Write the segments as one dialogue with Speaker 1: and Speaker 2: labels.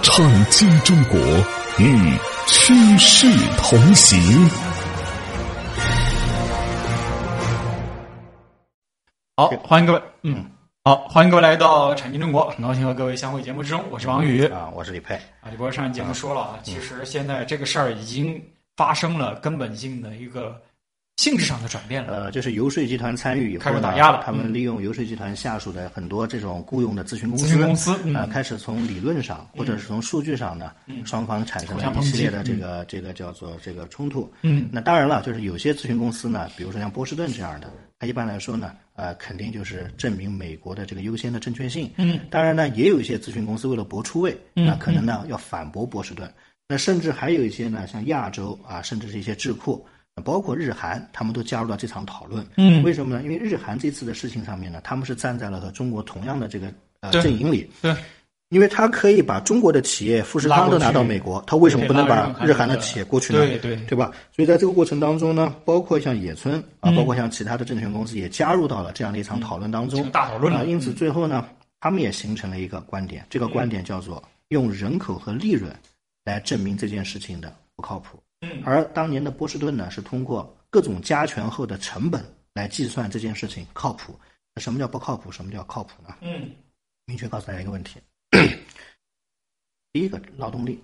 Speaker 1: 创新中国与趋势同行。
Speaker 2: 好，欢迎各位，嗯，好，欢迎各位来到《产经中国》，很高兴和各位相会节目之中，我是王 宇。
Speaker 3: 啊，我是李佩。
Speaker 2: 啊，李博士上一节目说了啊，其实现在这个事儿已经发生了根本性的一个性质上的转变了。
Speaker 3: 呃，就是游说集团参与以后
Speaker 2: 开始
Speaker 3: 呢
Speaker 2: 打压了嗯
Speaker 3: 他们利用游说集团下属的很多这种雇佣的咨询公司，
Speaker 2: 咨询公司嗯
Speaker 3: 啊，开始从理论上或者是从数据上呢，双方产生
Speaker 2: 互相
Speaker 3: 了
Speaker 2: 抨
Speaker 3: 一
Speaker 2: 击
Speaker 3: 系列的这个这个叫做这个冲突。
Speaker 2: 嗯，
Speaker 3: 那当然了，就是有些咨询公司呢，比如说像波士顿这样的，它一般来说呢，呃，肯定就是证明美国的这个优先的正确性。嗯，当然呢，也有一些咨询公司为了博出位，
Speaker 2: 嗯
Speaker 3: 那可能呢要反驳波士顿。那甚至还有一些呢，像亚洲啊，甚至是一些智库，包括日韩，他们都加入到这场讨论。嗯，为什么呢？因为日韩这次的事情上面呢，他们是站在了和中国同样的这个呃
Speaker 2: 对
Speaker 3: 阵营里。
Speaker 2: 对，
Speaker 3: 因为他可以把中国的企业富士康都拿到美国，他为什么不能把日韩的企业过去呢？
Speaker 2: 对对
Speaker 3: 对吧？所以在这个过程当中呢，包括像野村啊，包括像其他的证券公司也加入到了这样的一场讨论当中，
Speaker 2: 嗯嗯大讨论了
Speaker 3: 啊。因此最后呢，他们也形成了一个观点，这个观点叫做用人口和利润来证明这件事情的不靠谱。
Speaker 2: 嗯
Speaker 3: 而当年的波士顿呢，是通过各种加权后的成本来计算这件事情靠谱。那什么叫不靠谱？什么叫靠谱呢？
Speaker 2: 嗯，
Speaker 3: 明确告诉大家一个问题： 第一个，劳动力，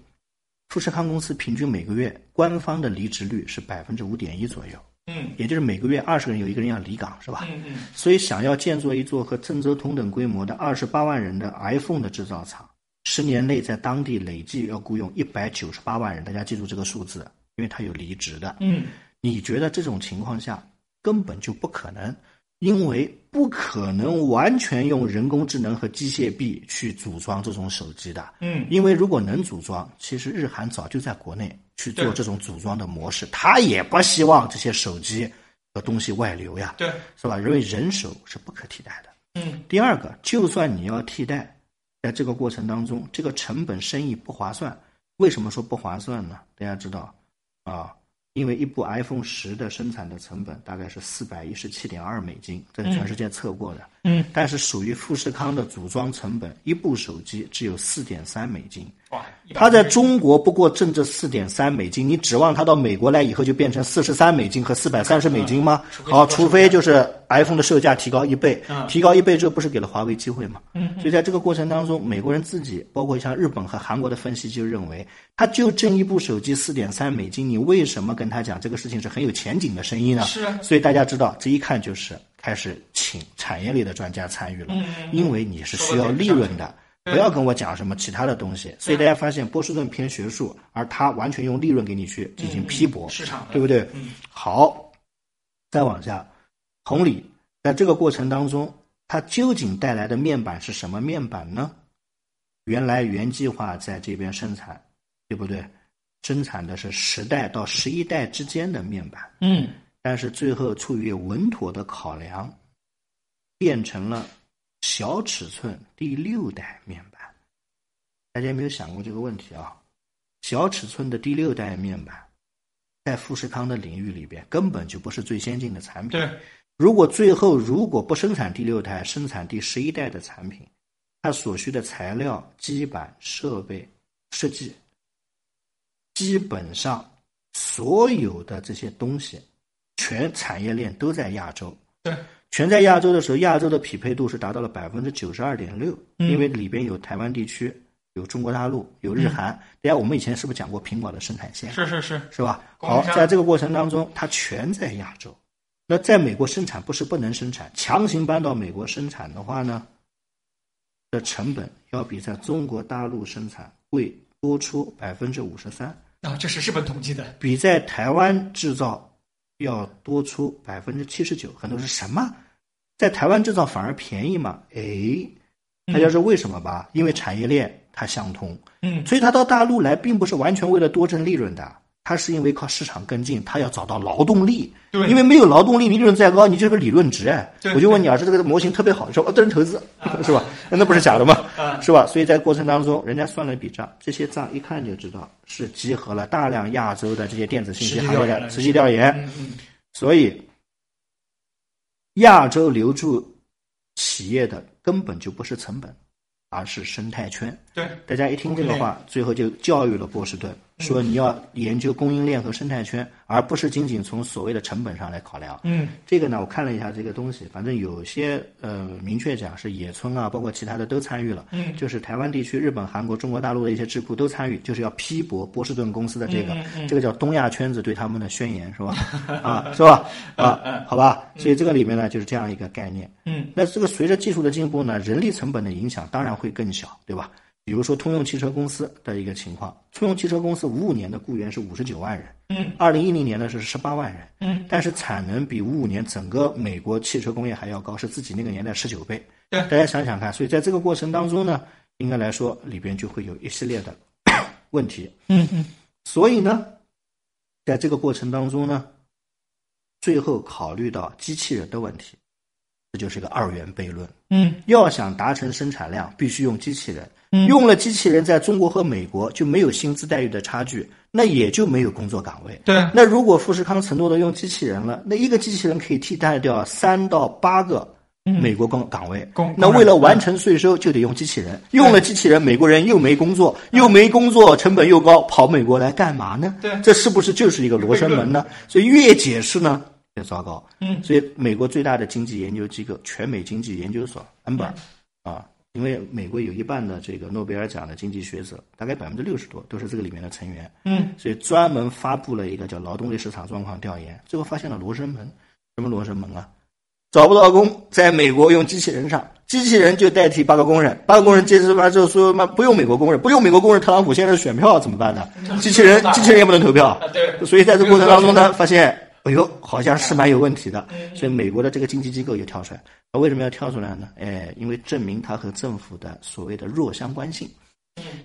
Speaker 3: 富士康公司平均每个月官方的离职率是百分之五点一左右，
Speaker 2: 嗯，
Speaker 3: 也就是每个月二十个人有一个人要离岗，是吧？
Speaker 2: 嗯嗯，
Speaker 3: 所以想要建作一座和郑州同等规模的二十八万人的 iPhone 的制造厂，十年内在当地累计要雇佣一百九十八万人，大家记住这个数字，因为它有离职的。
Speaker 2: 嗯，
Speaker 3: 你觉得这种情况下根本就不可能，因为不可能完全用人工智能和机械臂去组装这种手机的。
Speaker 2: 嗯
Speaker 3: 因为如果能组装，其实日韩早就在国内去做
Speaker 2: 对
Speaker 3: 这种组装的模式，他也不希望这些手机和东西外流呀。
Speaker 2: 对，
Speaker 3: 是吧？因为人手是不可替代的。
Speaker 2: 嗯，
Speaker 3: 第二个，就算你要替代，在这个过程当中，这个成本生意不划算。为什么说不划算呢？大家知道啊，因为一部 iPhone 十的生产的成本大概是四百一十七点二美金，这是全世界测过的。
Speaker 2: 嗯，
Speaker 3: 但是属于富士康的组装成本，一部手机只有四点三美金。
Speaker 2: 哇，
Speaker 3: 它在中国不过挣这四点三美金，你指望它到美国来以后就变成四十三美金和四百三十美金吗？好，除非就是 iPhone 的售价提高一倍，提高一倍，这不是给了华为机会吗？所以在这个过程当中，美国人自己，包括像日本和韩国的分析就认为，他就挣一部手机四点三美金，你为什么跟他讲这个事情是很有前景的生意呢？
Speaker 2: 是啊
Speaker 3: 所以大家知道，这一看就是开始请产业类的专家参与
Speaker 2: 嗯
Speaker 3: 了，因为你是需要利润的。不要跟我讲什么其他的东西，所以大家发现波士顿偏学术，而他完全用利润给你去进行批驳，
Speaker 2: 市场的
Speaker 3: 对不对？好，再往下，同理，在这个过程当中，它究竟带来的面板是什么面板呢？原来原计划在这边生产，对不对？生产的是十代到十一代之间的面板，
Speaker 2: 嗯
Speaker 3: 但是最后出于稳妥的考量，变成了小尺寸第六代面板。大家有没有想过这个问题啊？小尺寸的第六代面板，在富士康的领域里边根本就不是最先进的产品。
Speaker 2: 对，
Speaker 3: 如果最后如果不生产第六代，生产第十一代的产品，它所需的材料、基板、设备、设计，基本上所有的这些东西，全产业链都在亚洲。
Speaker 2: 对，
Speaker 3: 全在亚洲的时候，亚洲的匹配度是达到了百分之九十二点六，因为里边有台湾地区、有中国大陆、有日韩。大家我们以前是不是讲过苹果的生产线？
Speaker 2: 是是是，
Speaker 3: 是吧？
Speaker 2: 供应
Speaker 3: 好，
Speaker 2: 商
Speaker 3: 在这个过程当中，它全在亚洲。那在美国生产不是不能生产，强行搬到美国生产的话呢，的成本要比在中国大陆生产会多出百分之五十三，
Speaker 2: 啊，这是日本统计的，
Speaker 3: 比在台湾制造要多出百分之七十九。很多人说什么？在台湾制造反而便宜嘛？哎，大家知道为什么吧？因为产业链它相通。
Speaker 2: 嗯
Speaker 3: 所以它到大陆来，并不是完全为了多挣利润的，它是因为靠市场跟进，它要找到劳动力。
Speaker 2: 对
Speaker 3: 因为没有劳动力，利润再高，你就是个理论值哎
Speaker 2: 对。啊
Speaker 3: 我就问你啊，这个模型特别好，你说哦，这人投资 是吧？那不是假的吗？是吧？所以在过程当中，人家算了一笔账，这些账一看就知道是集合了大量亚洲的这些电子信息
Speaker 2: 实际
Speaker 3: 涵盖
Speaker 2: 调研
Speaker 3: 的
Speaker 2: 了
Speaker 3: 实际调研。
Speaker 2: 嗯嗯，
Speaker 3: 所以，亚洲留住企业的根本就不是成本，而是生态圈。
Speaker 2: 对，
Speaker 3: 大家一听这个话，最后就教育了波士顿，说
Speaker 2: 嗯
Speaker 3: 你要研究供应链和生态圈，而不是仅仅从所谓的成本上来考量。
Speaker 2: 嗯
Speaker 3: 这个呢，我看了一下这个东西，反正有些呃，明确讲是野村啊，包括其他的都参与了。
Speaker 2: 嗯
Speaker 3: 就是台湾地区、日本、韩国、中国大陆的一些智库都参与，就是要批驳波士顿公司的这个，
Speaker 2: 嗯嗯嗯
Speaker 3: 这个叫东亚圈子对他们的宣言，是吧？ 啊，是吧？啊，好吧。所以这个里面呢，就是这样一个概念。
Speaker 2: 嗯
Speaker 3: 那这个随着技术的进步呢，人力成本的影响当然会更小，对吧？比如说通用汽车公司的一个情况，通用汽车公司五五年的雇员是五十九万人，
Speaker 2: 嗯，
Speaker 3: 二零一零年呢是十八万人，
Speaker 2: 嗯，
Speaker 3: 但是产能比五五年整个美国汽车工业还要高，是自己那个年代十九倍。
Speaker 2: 对
Speaker 3: 大家想想看，所以在这个过程当中呢，应该来说里边就会有一系列的 问题。
Speaker 2: 嗯嗯，
Speaker 3: 所以呢，在这个过程当中呢，最后考虑到机器人的问题，这就是一个二元悖论。
Speaker 2: 嗯
Speaker 3: 要想达成生产量，必须用机器人。
Speaker 2: 嗯
Speaker 3: 用了机器人，在中国和美国就没有薪资待遇的差距，那也就没有工作岗位。
Speaker 2: 对，
Speaker 3: 那如果富士康承诺的用机器人了，那一个机器人可以替代掉三到八个美国工岗位
Speaker 2: 嗯工。
Speaker 3: 那为了完成税收，就得用机器人。用了机器人，美国人又没工作，又没工作，成本又高，跑美国来干嘛呢？
Speaker 2: 嗯对
Speaker 3: 这是不是就是一个罗生门呢？所以越解释呢越糟糕。
Speaker 2: 嗯
Speaker 3: 所以美国最大的经济研究机构全美经济研究所安本
Speaker 2: 嗯
Speaker 3: 啊，因为美国有一半的这个诺贝尔奖的经济学者，大概百分之六十多都是这个里面的成员。
Speaker 2: 嗯
Speaker 3: 所以专门发布了一个叫劳动力市场状况调研，最后发现了罗生门。什么罗生门啊？找不到工，在美国用机器人上，机器人就代替八个工人，八个工人接着完之后说妈不用美国工人，不用美国工人，特朗普现在选票怎么办呢？机器人，机器人也不能投票。
Speaker 2: 对
Speaker 3: 所以在这过程当中呢，发现，哎呦，好像是蛮有问题的。所以美国的这个经济机构也跳出来，那为什么要跳出来呢？哎，因为证明它和政府的所谓的弱相关性，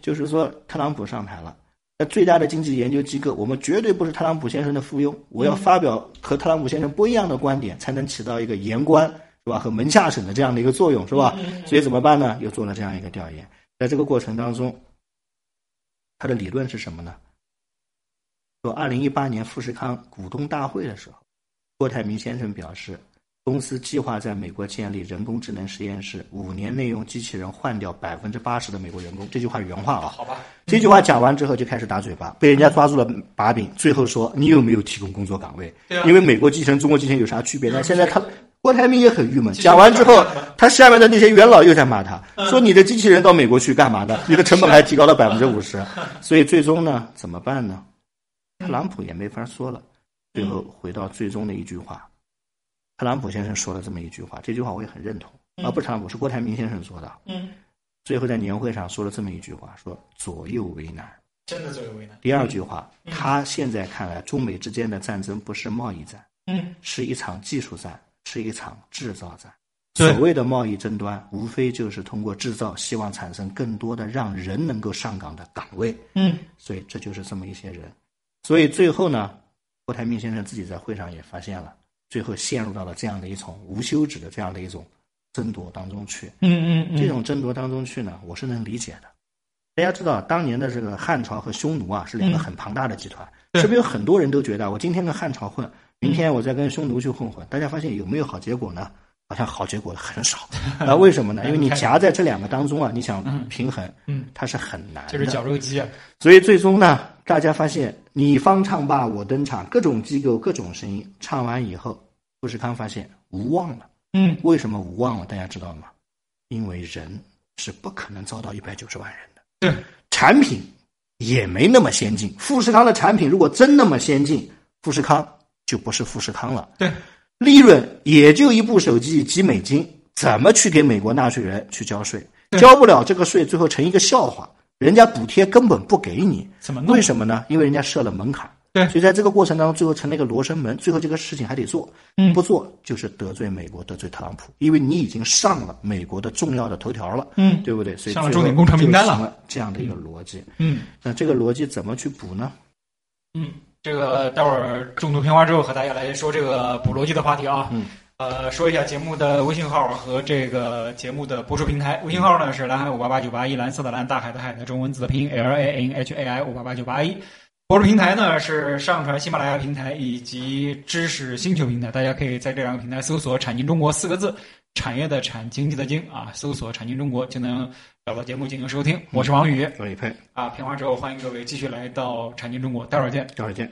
Speaker 3: 就是说特朗普上台了。那最大的经济研究机构，我们绝对不是特朗普先生的附庸，我要发表和特朗普先生不一样的观点，才能起到一个言官是吧和门下省的这样的一个作用是吧？所以怎么办呢？又做了这样一个调研，在这个过程当中，它的理论是什么呢？说二零一八年富士康股东大会的时候，郭台铭先生表示，公司计划在美国建立人工智能实验室，五年内用机器人换掉百分之八十的美国员工。这句话原话啊，
Speaker 2: 好吧，
Speaker 3: 这句话讲完之后就开始打嘴
Speaker 2: 嗯
Speaker 3: 巴，被人家抓住了把柄，最后说你有没有提供工作岗位？
Speaker 2: 对啊嗯
Speaker 3: 因为美国机器人、中国机器人有啥区别呢？现在他郭台铭也很郁闷，
Speaker 2: 器人
Speaker 3: 讲完之后
Speaker 2: 干嘛，
Speaker 3: 他下面的那些元老又在骂他，
Speaker 2: 嗯
Speaker 3: 说你的机器人到美国去干嘛的？你的成本还提高 了百分之五十，所以最终呢，怎么办呢？
Speaker 2: 嗯
Speaker 3: 特朗普也没法说了，最后回到最终的一句话，特朗普先生说了这么一句话，这句话我也很认同啊，不是特朗普是郭台铭先生说的，
Speaker 2: 嗯，
Speaker 3: 最后在年会上说了这么一句话，说左右为难。
Speaker 2: 真的最为难。
Speaker 3: 第二句话，他现在看来，中美之间的战争不是贸易战，
Speaker 2: 嗯
Speaker 3: 是一场技术战，是一场制造战。
Speaker 2: 对
Speaker 3: 所谓的贸易争端，无非就是通过制造，希望产生更多的让人能够上岗的岗位。
Speaker 2: 嗯
Speaker 3: 所以这就是这么一些人。所以最后呢，郭台铭先生自己在会上也发现了，最后陷入到了这样的一种无休止的这样的一种争夺当中去。
Speaker 2: 嗯嗯，
Speaker 3: 这种争夺当中去呢，我是能理解的。大家知道，当年的这个汉朝和匈奴啊，是两个很庞大的集团，
Speaker 2: 嗯对嗯
Speaker 3: 是不是有很多人都觉得我今天跟汉朝混，明天我再跟匈奴去混混？大家发现有没有好结果呢？好像好结果很 少啊？为什么呢？因为你夹在这两个当中啊，你想平衡，
Speaker 2: 嗯，
Speaker 3: 它是很难的。
Speaker 2: 就是绞肉机啊。
Speaker 3: 所以最终呢，大家发现你方唱罢我登场，各种机构、各种声音唱完以后，富士康发现无望了。
Speaker 2: 嗯
Speaker 3: 为什么无望了？大家知道吗？因为人是不可能造到一百九十万人的，
Speaker 2: 对，
Speaker 3: 产品也没那么先进。富士康的产品如果真那么先进，富士康就不是富士康了，
Speaker 2: 对，
Speaker 3: 利润也就一部手机几美金，怎么去给美国纳税人去交税？交不了这个税，最后成一个笑话，人家补贴根本不给你。
Speaker 2: 怎么弄
Speaker 3: 为什么呢？因为人家设了门槛，
Speaker 2: 对
Speaker 3: 所以在这个过程当中，最后成了一个罗生门，最后这个事情还得做，
Speaker 2: 嗯
Speaker 3: 不做就是得罪美国，得罪特朗普，因为你已经上了美国的重要的头条了，
Speaker 2: 嗯
Speaker 3: 对不对？所以
Speaker 2: 上了
Speaker 3: 最
Speaker 2: 重
Speaker 3: 后
Speaker 2: 点工程名单
Speaker 3: 就
Speaker 2: 了
Speaker 3: 成了这样的一个逻辑。
Speaker 2: 嗯
Speaker 3: 那这个逻辑怎么去补呢？
Speaker 2: 嗯，这个待会儿中毒片花之后和大家来说这个补逻辑的话题啊。
Speaker 3: 嗯。
Speaker 2: 呃，说一下节目的微信号和这个节目的播出平台。微信号呢是蓝海五八八九八一，蓝色的蓝，大海的海的中文字的拼音 L A N H A I 五八八九八一。播出平台呢是上传喜马拉雅平台以及知识星球平台，大家可以在这两个平台搜索“产经中国”四个字，产业的产，经济的经啊，搜索“产经中国”就能找到节目进行收听。我是王宇，
Speaker 3: 我李佩，
Speaker 2: 啊，片花之后，欢迎各位继续来到产经中国，待会儿见。
Speaker 3: 待会儿见。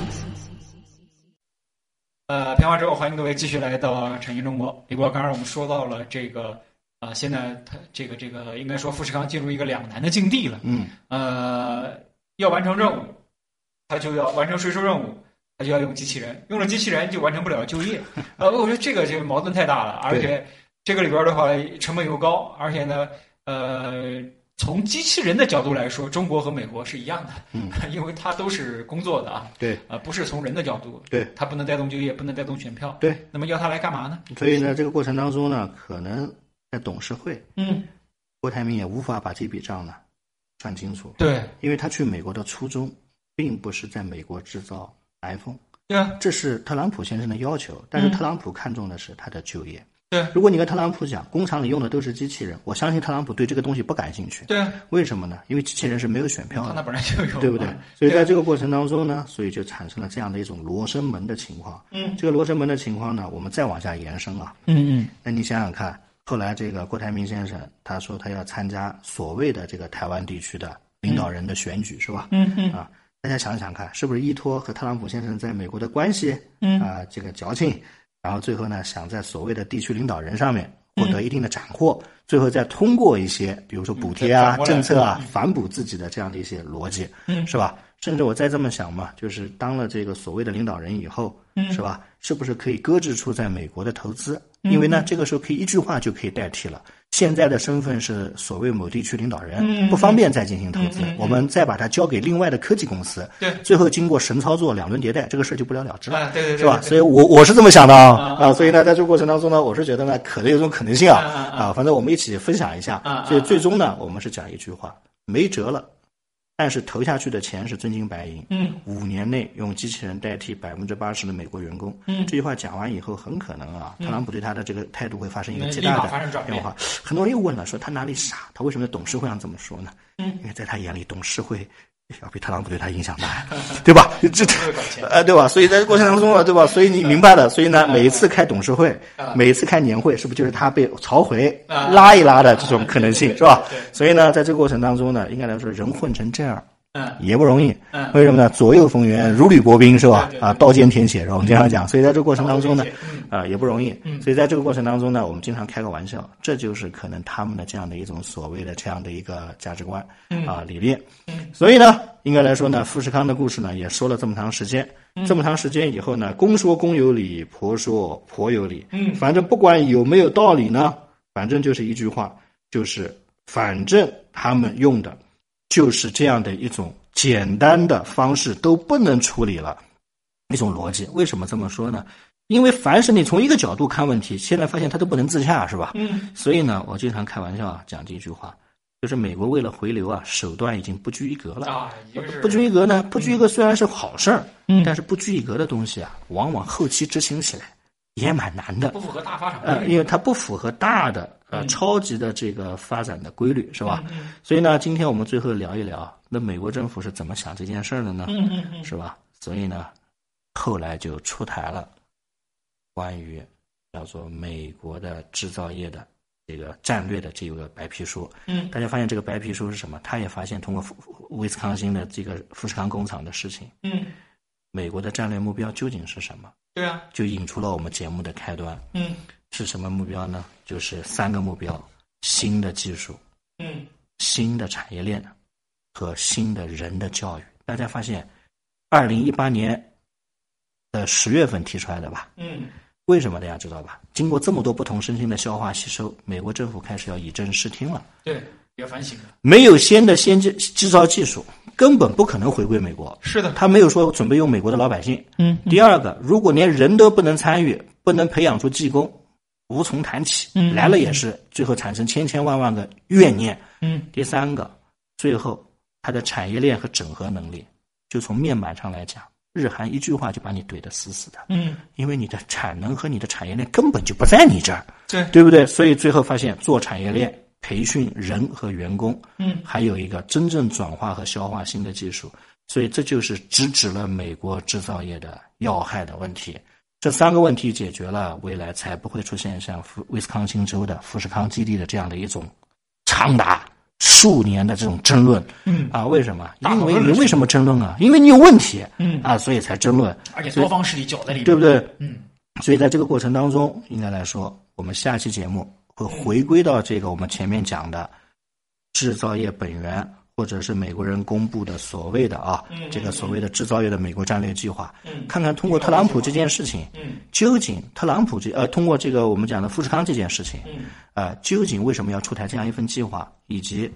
Speaker 2: 呃，片花之后，欢迎各位继续来到产业中国。李国，刚才我们说到了这个，啊，现在他这个这个应该说富士康进入一个两难的境地了。
Speaker 3: 嗯，
Speaker 2: 呃，要完成任务，他就要完成税收任务，他就要用机器人，用了机器人就完成不了就业。 呃，我觉得这个就矛盾太大了，而且这个里边的话成本又高，而且呢，呃，从机器人的角度来说，中国和美国是一样的，
Speaker 3: 嗯
Speaker 2: 因为它都是工作的啊，
Speaker 3: 对
Speaker 2: 呃，不是从人的角度，
Speaker 3: 对
Speaker 2: 它不能带动就业，不能带动选票，
Speaker 3: 对。
Speaker 2: 那么要它来干嘛呢？
Speaker 3: 所以呢，这个过程当中呢，可能在董事会
Speaker 2: 嗯，
Speaker 3: 郭台铭也无法把这笔账呢算清楚，
Speaker 2: 对，
Speaker 3: 因为他去美国的初衷并不是在美国制造 iPhone，
Speaker 2: 对啊，
Speaker 3: 这是特朗普先生的要求，但是
Speaker 2: 嗯
Speaker 3: 特朗普看重的是他的就业。
Speaker 2: 对
Speaker 3: 如果你跟特朗普讲工厂里用的都是机器人，我相信特朗普对这个东西不感兴趣。
Speaker 2: 对啊，
Speaker 3: 为什么呢？因为机器人是没有选票
Speaker 2: 它那嗯
Speaker 3: 的，
Speaker 2: 本来就有，啊
Speaker 3: 对不对？所以在这个过程当中呢，所以就产生了这样的一种罗生门的情况。
Speaker 2: 嗯
Speaker 3: 这个罗生门的情况呢，我们再往下延伸啊，
Speaker 2: 嗯嗯，
Speaker 3: 那你想想看，后来这个郭台铭先生他说他要参加所谓的这个台湾地区的领导人的选举，是吧？
Speaker 2: 嗯嗯
Speaker 3: 啊，大家想想看，是不是依托和特朗普先生在美国的关系，
Speaker 2: 嗯
Speaker 3: 啊，这个矫情，然后最后呢，想在所谓的地区领导人上面获
Speaker 2: 嗯
Speaker 3: 得一定的斩获，最后再通过一些比如说补贴
Speaker 2: 嗯
Speaker 3: 啊
Speaker 2: 反、过来
Speaker 3: 政策啊，反哺自己的这样的一些逻辑，
Speaker 2: 嗯
Speaker 3: 是吧？甚至我再这么想嘛，就是当了这个所谓的领导人以后，
Speaker 2: 嗯
Speaker 3: 是吧？是不是可以搁置出在美国的投资？因为
Speaker 2: 嗯
Speaker 3: 呢，这个时候可以一句话就可以代替了。现在的身份是所谓某地区领导
Speaker 2: 嗯
Speaker 3: 人，不方便再进行投资
Speaker 2: 嗯嗯嗯，
Speaker 3: 我们再把它交给另外的科技公司。
Speaker 2: 对
Speaker 3: 最后经过神操作两轮迭代，这个事儿就不了了之
Speaker 2: 啊
Speaker 3: 了，
Speaker 2: 对对对
Speaker 3: 是吧？
Speaker 2: 对对
Speaker 3: 所以我我是这么想的啊
Speaker 2: 啊
Speaker 3: 啊，所以呢，在这个过程当中呢，我是觉得呢，可能有这种可能性啊
Speaker 2: 啊啊啊
Speaker 3: 啊，反正我们一起分享一下
Speaker 2: 啊啊。
Speaker 3: 所以最终呢，我们是讲一句话：没辙了，但是投下去的钱是真金白银。
Speaker 2: 嗯，
Speaker 3: 五年内用机器人代替百分之八十的美国员工。
Speaker 2: 嗯
Speaker 3: 这句话讲完以后，很可能啊，特朗普对他的这个态度会发生一个
Speaker 2: 嗯
Speaker 3: 极
Speaker 2: 立马
Speaker 3: 大
Speaker 2: 发生
Speaker 3: 的
Speaker 2: 转变
Speaker 3: 变化。很多人又问了，说他哪里傻？他为什么在董事会上这么说呢？
Speaker 2: 嗯
Speaker 3: 因为在他眼里，董事会要比特朗普对他影响大， 对吧？这
Speaker 2: 会搞钱嗯
Speaker 3: 呃，对吧？所以在这过程当中啊，对吧？所以你明白的，所以呢，每一次开董事会，每一次开年会，是不是就是他被炒回
Speaker 2: 啊
Speaker 3: 拉一拉的这种可能性，
Speaker 2: 对对对
Speaker 3: 是吧
Speaker 2: 对？
Speaker 3: 所以呢，在这个过程当中呢，应该来说，人混成这样。
Speaker 2: 嗯
Speaker 3: 也不容易
Speaker 2: 嗯，
Speaker 3: 为什么呢？左右逢源，如履薄冰，是吧
Speaker 2: 对对？对嗯
Speaker 3: 啊，刀尖舔血，是吧？我们经常讲，所以在这个过程当中
Speaker 2: 刀
Speaker 3: 呢
Speaker 2: 尖舔血，
Speaker 3: 啊，也不容易。所以在这个过程当中呢，我们经常开个玩笑，这就是可能他们的这样的一种所谓的这样的一个价值观
Speaker 2: 嗯
Speaker 3: 啊理念。所以呢，应该来说呢，富士康的故事呢也说了这么长时间，
Speaker 2: 嗯
Speaker 3: 这么长时间以后呢，公说公有理，婆说婆有理，
Speaker 2: 嗯
Speaker 3: 反正不管有没有道理呢，反正就是一句话，就是反正他们用的就是这样的一种简单的方式都不能处理了一种逻辑。为什么这么说呢？因为凡是你从一个角度看问题，现在发现它都不能自洽，是吧？
Speaker 2: 嗯
Speaker 3: 所以呢，我经常开玩笑啊，讲这句话，就是美国为了回流啊，手段已经不拘一格了。
Speaker 2: 啊，一个是
Speaker 3: 不拘一格呢，不拘一格虽然是好事儿，
Speaker 2: 嗯
Speaker 3: 但是不拘一格的东西啊，往往后期执行起来也蛮难的
Speaker 2: 不。符合大发展
Speaker 3: 呃，
Speaker 2: 规律
Speaker 3: 因为它不符合大的呃
Speaker 2: 嗯
Speaker 3: 超级的这个发展的规律，是吧？
Speaker 2: 嗯
Speaker 3: 所以呢，今天我们最后聊一聊，那美国政府是怎么想这件事儿的呢？
Speaker 2: 嗯嗯嗯
Speaker 3: 是吧？所以呢，后来就出台了关于叫做美国的制造业的这个战略的这个白皮书。
Speaker 2: 嗯
Speaker 3: 大家发现这个白皮书是什么？他也发现通过富威斯康星的这个富士康工厂的事情，
Speaker 2: 嗯
Speaker 3: 美国的战略目标究竟是什么，
Speaker 2: 对啊，
Speaker 3: 就引出了我们节目的开端。
Speaker 2: 嗯
Speaker 3: 是什么目标呢？就是三个目标：新的技术、
Speaker 2: 嗯，
Speaker 3: 新的产业链和新的人的教育。大家发现，二零一八年的十月份提出来的吧？
Speaker 2: 嗯
Speaker 3: 为什么大家知道吧？经过这么多不同声音的消化吸收，美国政府开始要以正视听了。
Speaker 2: 对，要反省了。
Speaker 3: 没有新的先进制造技术，根本不可能回归美国。
Speaker 2: 是的，
Speaker 3: 他没有说准备用美国的老百姓。
Speaker 2: 嗯
Speaker 3: 第二个，如果连人都不能参与，不能培养出技工，无从谈起。
Speaker 2: 嗯
Speaker 3: 来了也是最后产生千千万万个怨念。
Speaker 2: 嗯
Speaker 3: 第三个，最后它的产业链和整合能力，就从面板上来讲，日韩一句话就把你怼得死死的，
Speaker 2: 嗯，
Speaker 3: 因为你的产能和你的产业链根本就不在你这儿，
Speaker 2: 对，
Speaker 3: 对不对？所以最后发现做产业链。培训人和员工，
Speaker 2: 嗯
Speaker 3: 还有一个真正转化和消化新的技术，所以这就是直指了美国制造业的要害的问题。这三个问题解决了，未来才不会出现像富威斯康星州的富士康基地的这样的一种长达数年的这种争论。
Speaker 2: 嗯
Speaker 3: 啊，为什么？
Speaker 2: 大
Speaker 3: 因
Speaker 2: 讨
Speaker 3: 为
Speaker 2: 论
Speaker 3: 你
Speaker 2: 的
Speaker 3: 为什么争论啊？因为你有问题。
Speaker 2: 嗯
Speaker 3: 啊，所以才争论，
Speaker 2: 而且多方势力搅在里面，
Speaker 3: 对不？对？
Speaker 2: 嗯
Speaker 3: 所以在这个过程当中，应该来说，我们下期节目会回归到这个我们前面讲的制造业本源，或者是美国人公布的所谓的啊
Speaker 2: 嗯嗯，
Speaker 3: 这个所谓的制造业的美国战略计划，
Speaker 2: 嗯
Speaker 3: 看看通过特朗普这件事情，
Speaker 2: 嗯
Speaker 3: 究竟特朗普这呃，通过这个我们讲的富士康这件事情，
Speaker 2: 嗯
Speaker 3: 呃，究竟为什么要出台这样一份计划，以及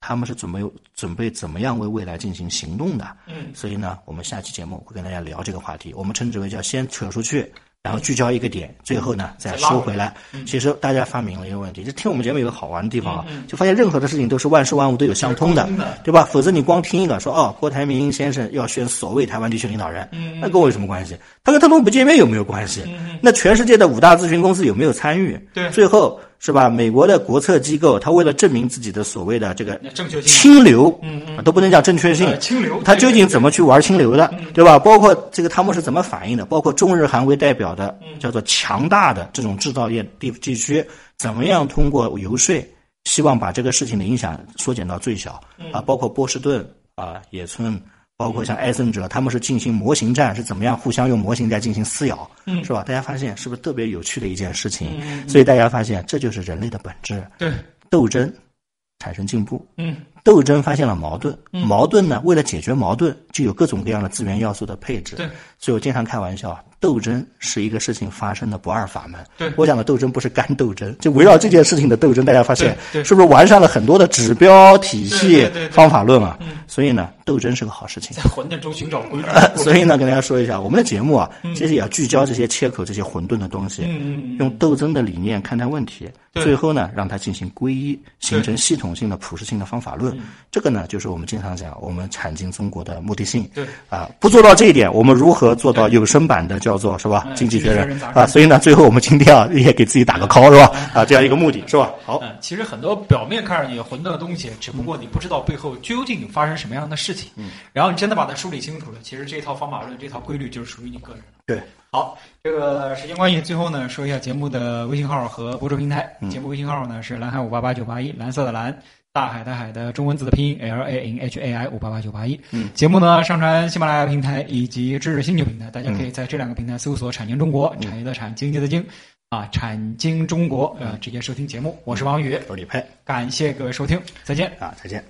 Speaker 3: 他们是准备准备怎么样为未来进行行动的？
Speaker 2: 嗯，
Speaker 3: 所以呢，我们下期节目会跟大家聊这个话题，我们称之为叫先扯出去，然后聚焦一个点，最后呢再收回来。其实大家发明了一个问题，就听我们节目有个好玩的地方啊，就发现任何的事情都是万事万物都有相通的
Speaker 2: 是相通的，
Speaker 3: 对吧？否则你光听一个说哦，郭台铭先生要选所谓台湾地区领导人，那跟我有什么关系？他跟特朗普见面有没有关系？那全世界的五大咨询公司有没有参与？
Speaker 2: 对
Speaker 3: 最后是吧？美国的国策机构，他为了证明自己的所谓的这个
Speaker 2: 正确性
Speaker 3: 清流，啊都不能叫正确性
Speaker 2: 嗯呃，清流
Speaker 3: 他究竟怎么去玩清流的，对吧？包括这个他们是怎么反应的，包括中日韩为代表的叫做强大的这种制造业地地区，怎么样通过游说，希望把这个事情的影响缩减到最小啊，包括波士顿啊、野村。包括像艾森哲，他们是进行模型战，是怎么样互相用模型在进行撕咬，
Speaker 2: 嗯
Speaker 3: 是吧？大家发现是不是特别有趣的一件事情？所以大家发现这就是人类的本质，
Speaker 2: 对，
Speaker 3: 斗争产生进步，
Speaker 2: 嗯
Speaker 3: 斗争发现了矛盾，矛盾呢，为了解决矛盾，就有各种各样的资源要素的配置。
Speaker 2: 对，
Speaker 3: 所以我经常开玩笑，啊斗争是一个事情发生的不二法门。
Speaker 2: 对
Speaker 3: 我讲的斗争不是干斗争，就围绕这件事情的斗争，大家发现
Speaker 2: 对对
Speaker 3: 是不是完善了很多的指标体
Speaker 2: 对
Speaker 3: 系
Speaker 2: 对对对、嗯
Speaker 3: 方法论啊？所以呢，斗争是个好事情。
Speaker 2: 在混沌中寻找规律。
Speaker 3: 呃所以呢，跟大家说一下，我们的节目啊，
Speaker 2: 嗯
Speaker 3: 其实也要聚焦这些切口、这些混沌的东西，
Speaker 2: 嗯嗯嗯
Speaker 3: 用斗争的理念看待问题，
Speaker 2: 对
Speaker 3: 最后呢，让它进行归一，形成系统性的、普适性的方法
Speaker 2: 嗯
Speaker 3: 论。这个呢，就是我们经常讲，我们产经中国的目的性。
Speaker 2: 对
Speaker 3: 啊，不做到这一点，我们如何做到有声版的叫做是吧
Speaker 2: 嗯
Speaker 3: 《经济学
Speaker 2: 经济学
Speaker 3: 人
Speaker 2: 人》杂志
Speaker 3: 啊？所以呢，最后我们今天啊，也给自己打个 call 是吧？啊，这样一个目的是吧？好，
Speaker 2: 嗯，其实很多表面看上去混沌的东西，只不
Speaker 3: 嗯
Speaker 2: 过你不知道背后究竟发生什么样的事情。嗯，然后你真的把它梳理清楚了，其实这套方法论、这套规律就是属于你个人的。
Speaker 3: 对，
Speaker 2: 好，这个时间关系，最后呢说一下节目的微信号和播出平台。节目微信号呢是蓝海五八八九八一，蓝色的蓝，大海的海的中文字的拼音 L A N H A I 五八八九八一。嗯，节目呢上传喜马拉雅平台以及知识星球平台，大家可以在这两个平台搜索“产经中国”，产业的产，经济的经。啊，产
Speaker 3: 嗯
Speaker 2: 经中国，呃，直接收听节目，我是王宇，
Speaker 3: 有李佩
Speaker 2: 感谢各位收听，再见。
Speaker 3: 啊，再见。